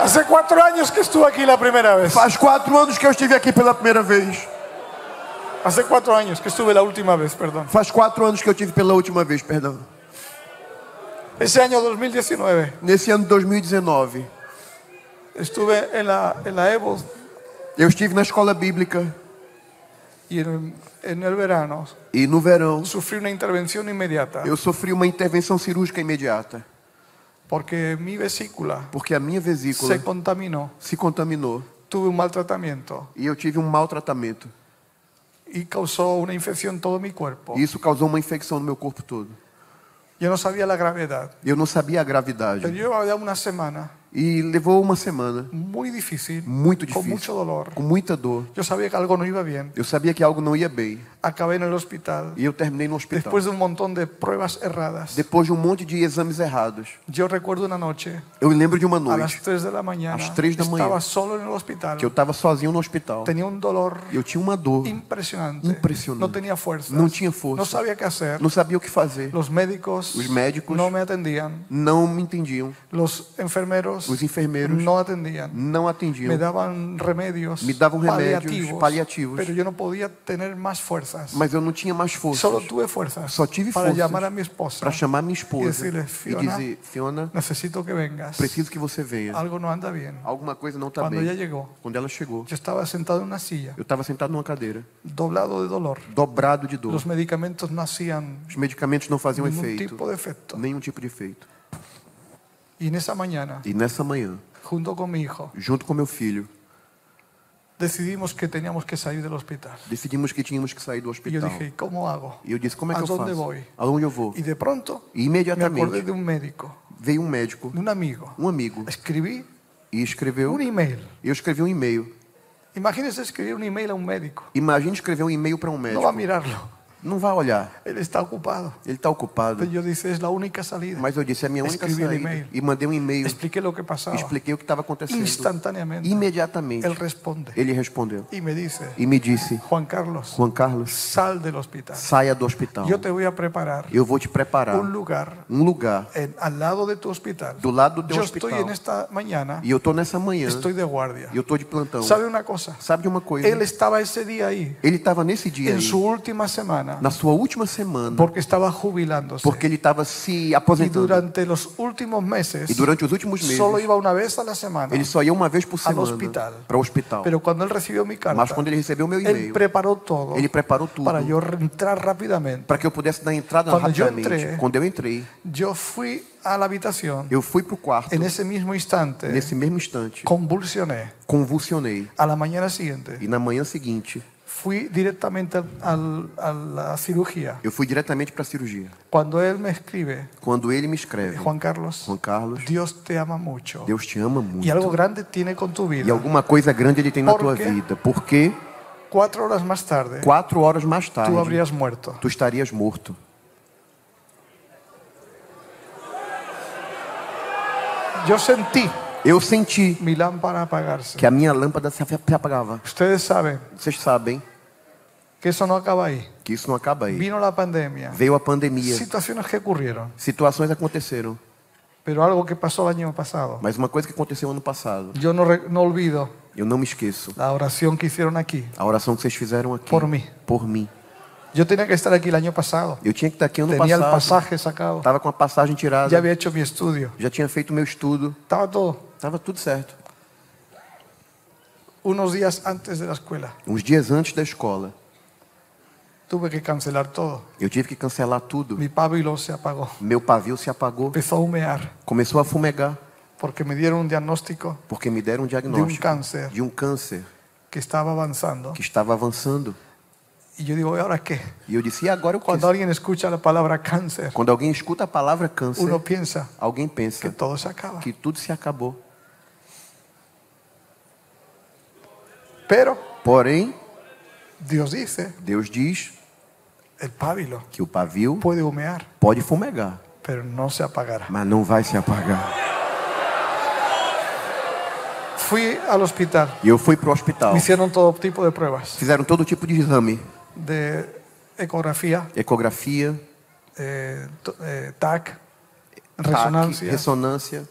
hace cuatro años que estuve aquí la primera vez. Faz quatro anos que eu estive aqui pela primeira vez. Hace cuatro años que estuve la última vez, perdón. Faz quatro anos que eu tive pela última vez, perdão. Ese año 2019 Nesse ano de 2019, estuve en la, en la Evo eu estive na escola bíblica y en, en el verano e no verão sufrí una intervención inmediata eu sofri uma intervenção cirúrgica imediata, porque mi vesícula porque a minha vesícula se contaminó. se contaminou Tuve un mal tratamiento e eu tive um mau tratamento. y causó una infección en todo mi cuerpo. E isso causou uma infecção no meu corpo todo. Yo no sabía la gravedad. Eu não sabia a Pero gravidade. yo había una semana E levou uma semana muy difícil, muito con mucho difícil, dolor. com muita dor. Yo sabía que algo no iba bien. Eu sabia que algo não ia bem Acabé en el hospital. e eu terminei no hospital. Después de un montón de pruebas erradas. Depois de um monte de exames errados. Yo recuerdo una noche, Eu lembro de uma a noite las 3 de la mañana, Às três da manhã. estaba solo en el hospital. que eu estava sozinho no hospital. Tenía un dolor Eu tinha uma dor, impresionante. Impresionante. No tenía fuerza. Não tinha força. No sabía qué hacer. não sabia o que fazer. Los médicos, Os médicos no me atendían. não me entendiam. Los enfermeros Os enfermeiros no atendían. não Me atendiam. daban remedios Me davam remédios paliativos, paliativos. Pero yo no podía tener más fuerzas. Mas eu não tinha mais força Solo tuve fuerzas Só tive para forças llamar a mi esposa. para chamar minha esposa E dizer, e "Fiona, dizer: é Fiona, Necesito que vengas. preciso que você venha. Algo no anda bien. Alguma coisa não está Cuando ella bem. llegó, Quando ela chegou, yo estaba sentado en una silla, eu estava sentado numa cadeira, doblado de dolor. dobrado de dor. Los medicamentos no hacían Os medicamentos não faziam ningún efeito, tipo de efecto. nenhum tipo de efeito. Y en esa mañana, E nessa manhã, junto con mi hijo, junto com meu filho, decidimos que teníamos que salir del hospital. decidimos que tínhamos que sair do Y yo hospital. dije, "¿Y ¿cómo hago? E eu disse: Como é que eu Aonde faço? vou? Aonde eu vou? Y de pronto E me acordé imediatamente de un médico, veio um médico, de un amigo. um amigo, Escribí e escreveu. un email. Eu escrevi um e-mail. Imagínense escribir un email a un médico. Imagine escrever um e-mail para um No va a médico. mirarlo. Não vai olhar. Él está ocupado. Ele está ocupado. Entonces yo dije, es la única salida. Mas eu disse, é a minha única Escrevi um saída. e-mail. E mandei um e-mail. Expliqué lo que pasaba. Expliquei o que estava acontecendo. Instantaneamente. Imediatamente. Él responde Ele respondeu. y me dice, E me disse, Juan Carlos, Juan Carlos, sal del hospital. saia do hospital. Yo te voy a preparar Eu vou te preparar un lugar um lugar en- al lado de tu hospital. do lado do teu Yo estoy hospital. en esta mañana, E eu tô nessa manhã. estoy de guardia. E eu tô de plantão. ¿Sabe una cosa? Sabe de uma coisa? Él estaba ese día ahí, Ele estava nesse dia en aí, su última semana, na sua última semana, porque estaba jubilándose. porque ele estava se Y aposentando. durante los últimos meses, E durante os últimos meses, solo iba una vez a la semana. ele só ia uma vez por semana hospital. para o hospital. Pero cuando él recibió mi carta, Mas quando ele recebeu meu él e-mail, preparó todo ele preparou tudo para yo entrar rápidamente. para que eu pudesse dar entrada Quando eu rapidamente. entrei- quando eu entrei, Yo fui a la habitación. eu fui pro quarto. En ese mismo instante, Nesse mesmo instante, convulsioné. convulsionei. A la mañana siguiente, E na manhã seguinte, fui directamente al- al- a la cirugía. eu fui diretamente para a cirurgia. Cuando él me escribe, Quando ele me escreve, Juan Carlos, Juan Carlos, Dios te ama mucho. Deus te ama Y muito. algo grande tiene con tu vida. E alguma coisa grande ele tem na né? Por tua quê? vida. Porque Cuatro horas más tarde, quatro horas mais tarde, tú habrías muerto. tu estarias morto. Yo sentí Eu senti mi lámpara apagarse. que a minha lâmpada se af- se apagava. Ustedes saben Vocês sabem que eso no acaba ahí. que isso não acaba aí. Vino la pandemia. Veio a pandemia. Situaciones que ocurrieron. Situações aconteceram. Pero algo que pasó el año pasado. Mas uma coisa que aconteceu ano passado, Yo no, re- no olvido eu não me esqueço. la oración que hicieron aquí. A oração que vocês fizeram aqui. Por mim. Por mim. Yo tenía que estar aquí el año pasado. Eu tinha que estar aqui ano Tenía el passado. pasaje sacado. Tava com a passagem tirada. Ya Já, había hecho mi estudio. tinha feito meu estudo. Estaba todo Tava tudo certo. unos días antes de la escuela. Uns dias antes da escola, Tuve que cancelar todo. eu tive que cancelar tudo. Mi pabilo se apagó. Meu pavio se apagou. Empezó a humear Começou a fumegar. porque me dieron un diagnóstico Porque me deram um de un diagnóstico cáncer de um câncer que estaba avanzando. que estava avançando. Y yo digo, ¿y ahora qué? E eu disse, e agora o Cuando que? alguien escucha la palabra cáncer, Quando alguém escuta a palavra câncer, uno piensa alguém que pensa todo se acaba. que tudo se acabou. Pero Porém, Dios dice, Deus diz, El pábilo que o pavio puede humear, pode fumegar, pero no se apagará. mas não vai se apagar. Fui al hospital. E eu fui pro hospital. Me hicieron todo tipo de pruebas. Fizeram todo tipo de exame, De ecografía, ecografia, eh, to- eh, TAC, TAC, resonancia. ressonância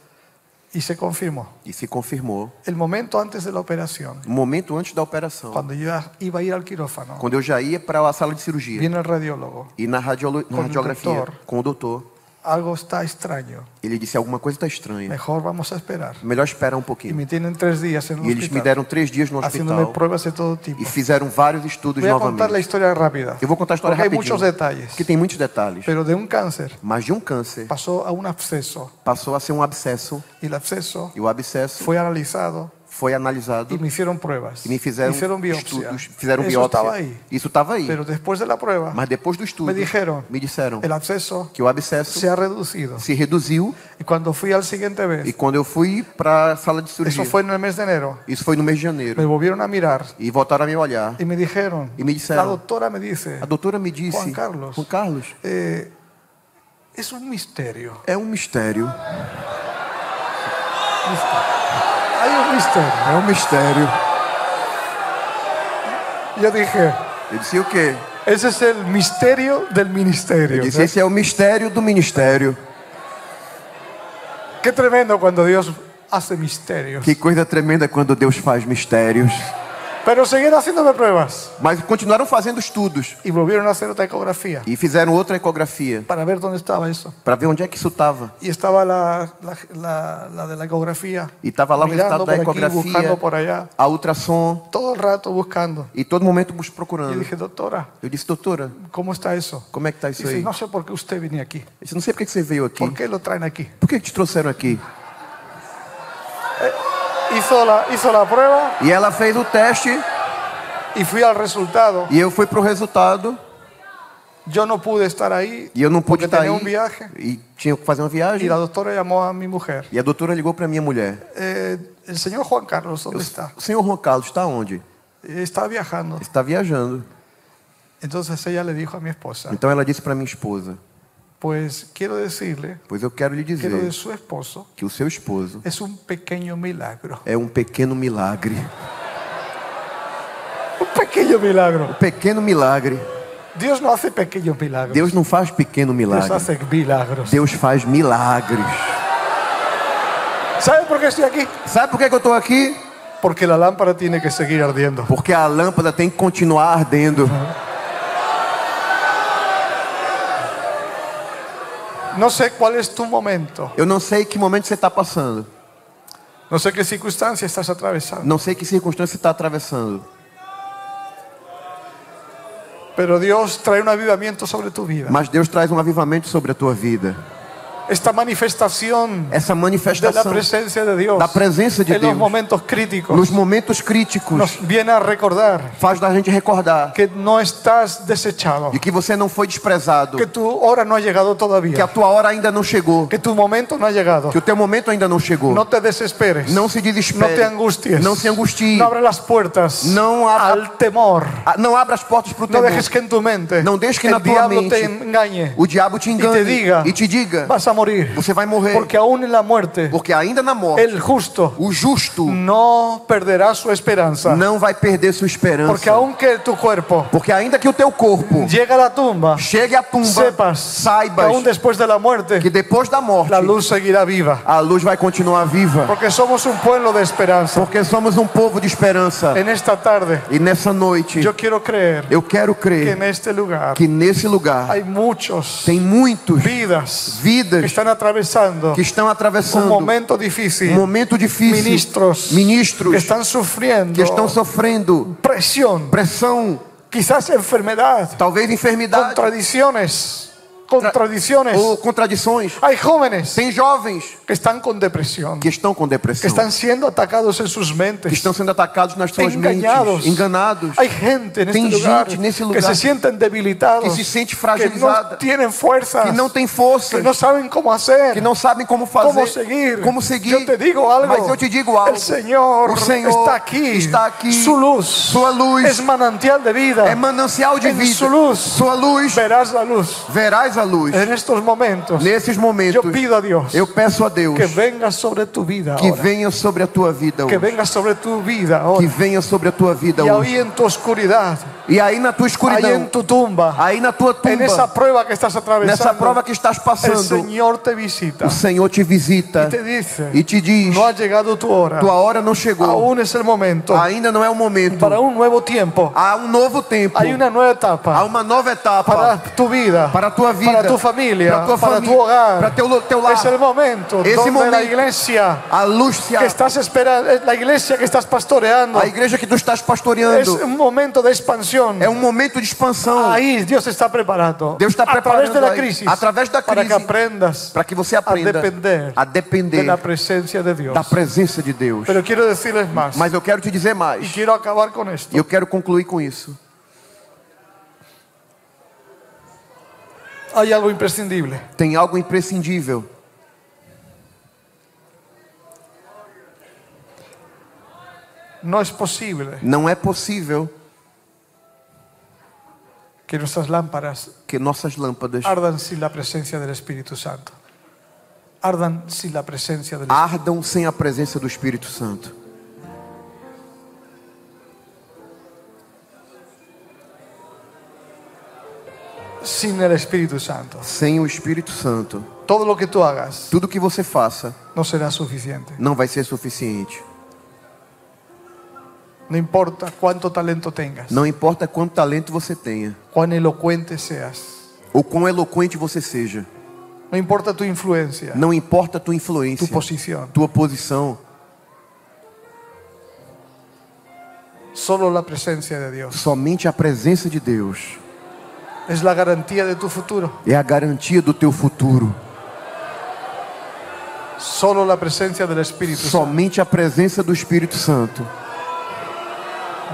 Y se confirmó. e se confirmou. El momento antes de la operación, Um momento antes da operação, cuando yo iba a ir al quirófano, quando eu já ia para a sala de cirurgia viene el radiólogo. e na, radiolo- na o radiografia doutor. com o doutor, Algo está extraño. ele disse alguma coisa está estranha. Mejor vamos a esperar. Melhor esperar um Y pouquinho. É. me tienen tres días en E el eles me hospital, deram três dias no haciéndome hospital pruebas de todo tipo. e fizeram vários estudos Voy a contar la novamente. historia rápida. Eu vou contar a história porque hay rapidinho, muchos detalles. porque tem muitos detalhes. Pero de un cáncer Mas de um câncer pasó a un absceso. passou a ser um abscesso Y el absceso e o abscesso fue analizado foi y analisado me hicieron pruebas. e me fizeram, hicieron biopsia. estudos, fizeram Eso biópsia. estaba ahí. Isso estava aí. Pero después de la prueba, Mas depois do estudo, Me dijeron. me disseram el absceso que o abscesso se ha reducido. se reduziu Y cuando fui al siguiente e vez, quando eu fui para a sala de cirurgia, eso fue en el mes de enero, isso foi no mês de janeiro, me volvieron a mirar e voltaram a me olhar. y me dijeron, Y me la dijeron, doctora me dice, A doutora me disse, Juan Carlos. "Juan Carlos, eh, es un misterio. é um mistério, Hay un misterio. é um mistério. Yo dije, Eu disse o quê? ese es el misterio del ministerio. Eu disse, esse é o mistério do ministério. Qué tremendo cuando Dios hace misterios. Que coisa tremenda quando Deus faz mistérios. Pero seguían haciéndome pruebas Mas continuaram fazendo estudos y volvieron a hacer otra ecografía e fizeram outra ecografia para ver dónde estaba eso. para ver onde é que isso estava. Y estaba la, la- la- la de la ecografía. E estava lá o mirando resultado da por aquí, buscando ecografia, por allá. a ultrassom Todo el rato buscando. e todo momento bus- Y procurando. dije, doctora, Eu disse, doutora, ¿cómo está isso? como é que tá isso Dice, aí? no sé por qué usted viene aquí. Eu disse, não sei por que que você veio aqui. ¿Por qué lo traen aquí? Por que que te trouxeram aqui? Hizo la, hizo la prueba E ela fez o teste y fui al resultado. e eu fui pro resultado Yo no pude estar ahí e eu não pude porque estar aí. tenía un viaje. E tinha que fazer uma viagem. Y la doctora llamó a mi mujer. E a doutora ligou para minha mulher. Eh, el señor Juan Carlos, ¿dónde está? O senhor Juan Carlos está onde? Eh, Está viajando. Está viajando. Entonces ella le dijo a mi esposa, Então ela disse para minha esposa, pues quiero decirle pois eu quero lhe que lo de dizer su esposo que o seu esposo es un pequeño milagro. é um pequeno milagre. Un pequeño milagro. Um Pequeno milagre. Dios no hace pequeños milagros. Deus não faz pequeno Dios milagre. hace milagros. Deus faz milagres. ¿Sabe por qué estoy aquí? Sabe por que, que eu estou aqui? Porque la lámpara tiene que seguir ardiendo. Porque a lâmpada tem que continuar ardendo. No sé cuál es tu momento. Eu não sei que momento você está passando. No sé qué circunstancia estás atravesando. Não sei que circunstância você está atravessando. Pero Dios trae un avivamiento sobre tu vida. Mas Deus traz um avivamento sobre a tua vida. Esta manifestación Essa de la manifestação presencia de Dios da presença de en los Deus momentos críticos nos momentos críticos nos viene a recordar faz da gente recordar que no estás desechado, de que você não foi desprezado, que tu hora no ha llegado que a todavía, tua hora ainda não chegou, que tu momento no ha llegado. que o teu momento ainda não chegou. No te desesperes, Não se no desespere. te angusties, Não se angustie. no abras las puertas Não abra- al temor, Ah, Não abra as portas para o no temor. dejes que en tu mente Não deixe que el na tua diablo mente te engañe O diabo te y te engane diga, e te diga: vas a morir, você vai morrer. porque aún en la muerte Porque ainda na morte, el justo o justo no perderá su esperanza, não vai perder sua esperança. porque aunque tu cuerpo Porque ainda que o teu corpo llega a la tumba, chegue à tumba, sepas que saibas aún después de la muerte que depois da morte, la luz seguirá viva. a luz vai continuar viva. Porque somos un pueblo de esperanza. Porque somos um povo de esperança. En esta tarde E nessa noite, yo quiero creer eu quero que crer en este lugar que nesse lugar hay muchos tem muitos vidas que vidas están atravesando que estão un atravessando momento um difícil, momento difícil. Ministros. Ministros que están que estão sufriendo sofrendo presión, pressão, quizás enfermedad, talvez enfermidade, contradicciones, contradicciones. ou contradições. Hay jóvenes Tem jovens que están con depresión, que estão com que depressão, están siendo atacados en sus que mentes, estão sendo atacados nas suas engañados. mentes, enganados, Hay gente en este Tem lugar, gente nesse que lugar se sienten debilitados, que se que sente no fragilizada, tienen fuerzas, que não tem que força, no saben cómo hacer, que não sabem como fazer, cómo seguir. como seguir. Yo te digo algo. Mas eu te digo algo. El Señor, O Senhor está aquí. está aqui. Su luz, Sua luz. es manantial de vida. É manancial de Em vida. sua luz. Sua luz. Verás la luz. Verás a luz. En estos momentos, Nesses momentos, yo pido a Dios eu peço a Deus que venga sobre tu vida que ahora. venha sobre a tua vida Que hoje. venga sobre tu vida Que ahora. venha sobre a tua vida Y hoje. ahí en tu oscuridad, E aí É na tua ahí escuridão, en tu tumba, aí na tua en esa tumba, prueba que estás nessa prova atravesando, que estás el passando, Señor te visita o Senhor te visita y te dice, e te diz: no ha llegado tu hora, tua hora não chegou. aún es el momento Ainda não é o momento. para un nuevo tiempo. Há um novo tempo. Hay una nueva Há etapa uma nova para etapa tu vida, para a tua vida, para tu familia, para a tua para família, tu hogar. para teu, é lo- teu lar. Es el momento Ese donde momento. la iglesia A luz se que abre. estás esperando, la iglesia que estás pastoreando, A igreja que tu estás es pastoreando un momento de expansión. é um momento de expansão Ahí Dios está preparando. Dios está a través de preparando la ahí. crisis. A través de la Para que crisis. aprendas para que você aprenda depender a de depender la presencia de Dios. da presença de Deus. Pero quiero decirles más. Mas eu quero te dizer y mais. quiero acabar con esto. E eu quero concluir com isso. Hay algo imprescindible. Tem algo imprescindível. No es posible Não é possível que nuestras lámparas que nossas lâmpadas ardan sin la presencia del Espíritu Santo. Ardan sin la presencia del Espíritu ardam sem a presença do Espírito Santo. Sin el Espíritu Santo. Sem o Espírito Santo, Todo lo que tú hagas tudo que você faça no será suficiente. não vai ser suficiente. No importa cuánto talento tengas, Não importa quanto talento você tenha, cuán elocuente seas, ou quão eloquente você seja, no importa tu influencia, não importa a tu tua influência, posición. tua posição, Solo la presencia de Dios somente a presença de Deus es la garantía de tu futuro. é a garantia do teu futuro. Solo la presencia del Espíritu. Santo. Somente a presença do Espírito Santo.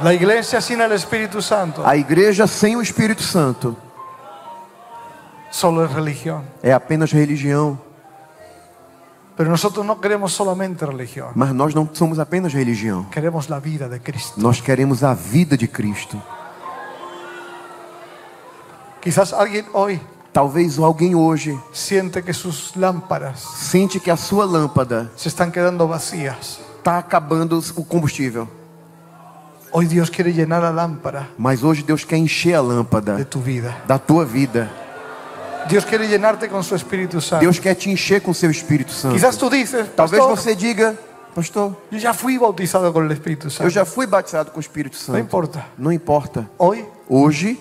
La iglesia sin el Espíritu Santo A igreja sem o Espírito Santo solo es religión. é apenas religião, Pero nosotros no queremos solamente religión, mas nós não somos apenas religião. queremos la vida de Cristo. Nós queremos a vida de Cristo. Quizás alguien hoy Talvez alguém hoje siente que sus lámparas sente que a sua lâmpada se están quedando vacías. está acabando o combustível, Hoy Dios quiere llenar la lámpara mas hoje Deus quer encher a de lâmpada tu vida. da tua vida. Dios quiere llenarte con su Espíritu Santo. Deus quer te encher com seu Espírito Santo. Quizás tú dices, Talvez "Pastor, você diga, pastor, yo ya fui bautizado con el Espíritu eu Santo. já fui batizado com o Espírito No Santo. importa. Não importa. Hoy, Hoje,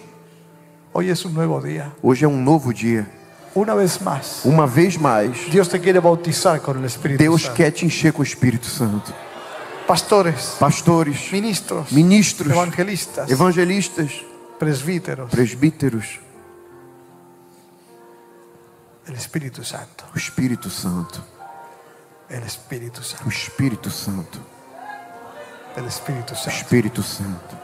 hoy es un nuevo día. hoje é um novo dia. Una vez más, Uma vez mais, Dios te quiere bautizar con el Espíritu Deus Santo. quer te encher com o Espírito Santo. Pastores, Pastores, ministros, ministros, evangelistas, evangelistas, presbíteros, presbíteros, el Espíritu Santo, o Espírito Santo. el Espíritu Santo, O Espírito Santo. el Espíritu O Santo. Espírito Santo.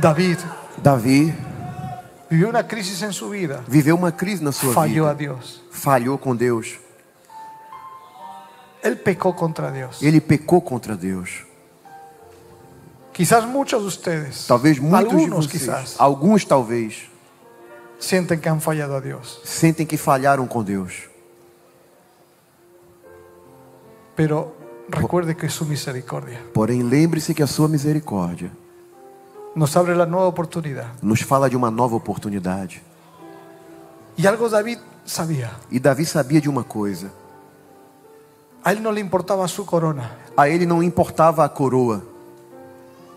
David Davi vivió una crisis en su vida. viveu uma crise na sua Falló a vida. Dios. Falhou com Deus. Él pecó contra Dios. Ele pecou contra Deus. Quizás muchos de ustedes, Talvez muitos algunos de vocês, quizás, alguns talvez, sienten que han fallado a Dios. sentem que falharam com Deus. Pero recuerde que su misericordia Porém, lembre-se que a sua misericórdia nos abre la nueva oportunidad. nos fala de uma nova oportunidade. Y algo David sabía. E Davi sabia de uma coisa: A él no le importaba su corona. a ele não importava a coroa,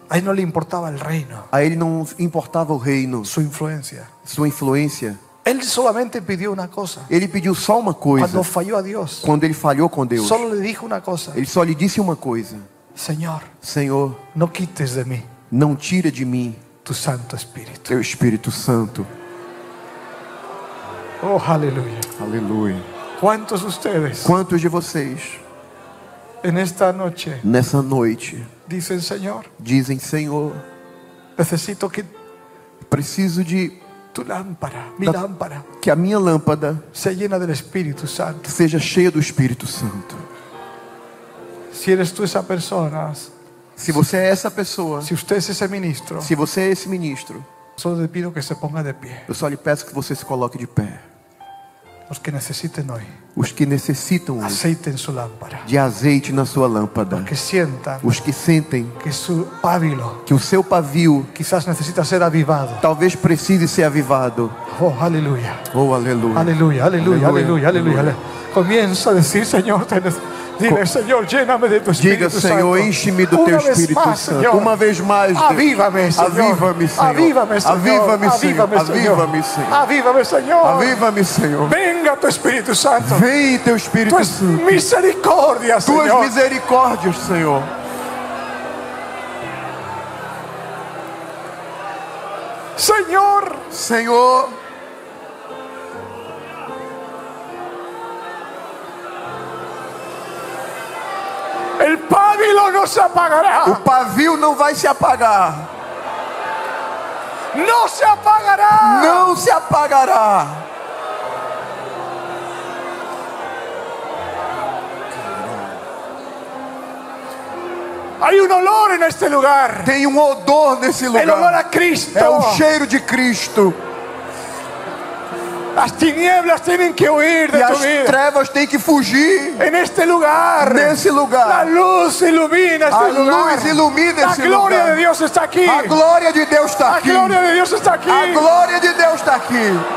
A él no le importaba el reino, a ele não importava o reino, su influencia. sua influência. Él solamente pidió una cosa. Ele pediu só uma coisa Cuando falló a Dios, pues, quando ele falhou com Deus. solo le dijo una cosa. Ele só lhe disse uma coisa: Señor, Senhor, no quites de mí não tira de mim tu Santo Espíritu. teu Espírito Santo. Oh, aleluya. Aleluia. ¿Cuántos de ustedes Quantos de vocês en esta noche nessa noite dicen, Señor, dizem, Senhor, necesito que preciso de tu lámpara, mi Da- lámpara, que a minha lâmpada se llena del Espíritu Santo? seja cheia do Espírito Santo. Si eres tú esa persona, Se você é essa pessoa, si usted es ese ministro, se você é esse ministro, solo te pido que se ponga de pie. eu só lhe peço que você se coloque de pé. Los que necesiten hoy, Os que necessitam hoje aceiten su lámpara. de azeite na sua lâmpada, Que sientan os que sentem que su pábilo que o seu pavio quizás necesita ser avivado. talvez precise ser avivado. Oh, aleluya. Oh, aleluia. Aleluya, aleluya, aleluya, Aleluya, aleluya. aleluya. Comienza a decir, Señor, te nec- dile, Señor, lléname de tu Espíritu Diga, Santo. Senhor, enche-me do Una teu vez Espírito más, Santo. Señor. Uma vez mais, Deus. Avívame, Senhor. Aviva-me, Senhor. Avívame, Senhor. Avívame, Senhor. Avívame, Senhor. Aviva-me, Senhor. Avívame, Senhor. Aviva-me, Senhor. Venga tu Espíritu Santo. Vem, teu Espírito Tu es Santo. misericordia, Tuas Señor. misericórdias, Senhor. Señor, Senhor, el pábilo no se o apagará. pavio não vai se apagar. No se apagará. Não se apagará. Hay un olor en este lugar. Tem um odor nesse El olor lugar. a Cristo. É o cheiro de Cristo. Las tinieblas tienen que huir de E tu as vida. trevas têm que fugir En este lugar. nesse La lugar. luz ilumina este A lugar. luz ilumina La esse gloria de lugar. Dios está aquí. A glória de Deus está La aqui. gloria de Dios está aquí. A glória de Deus está aqui.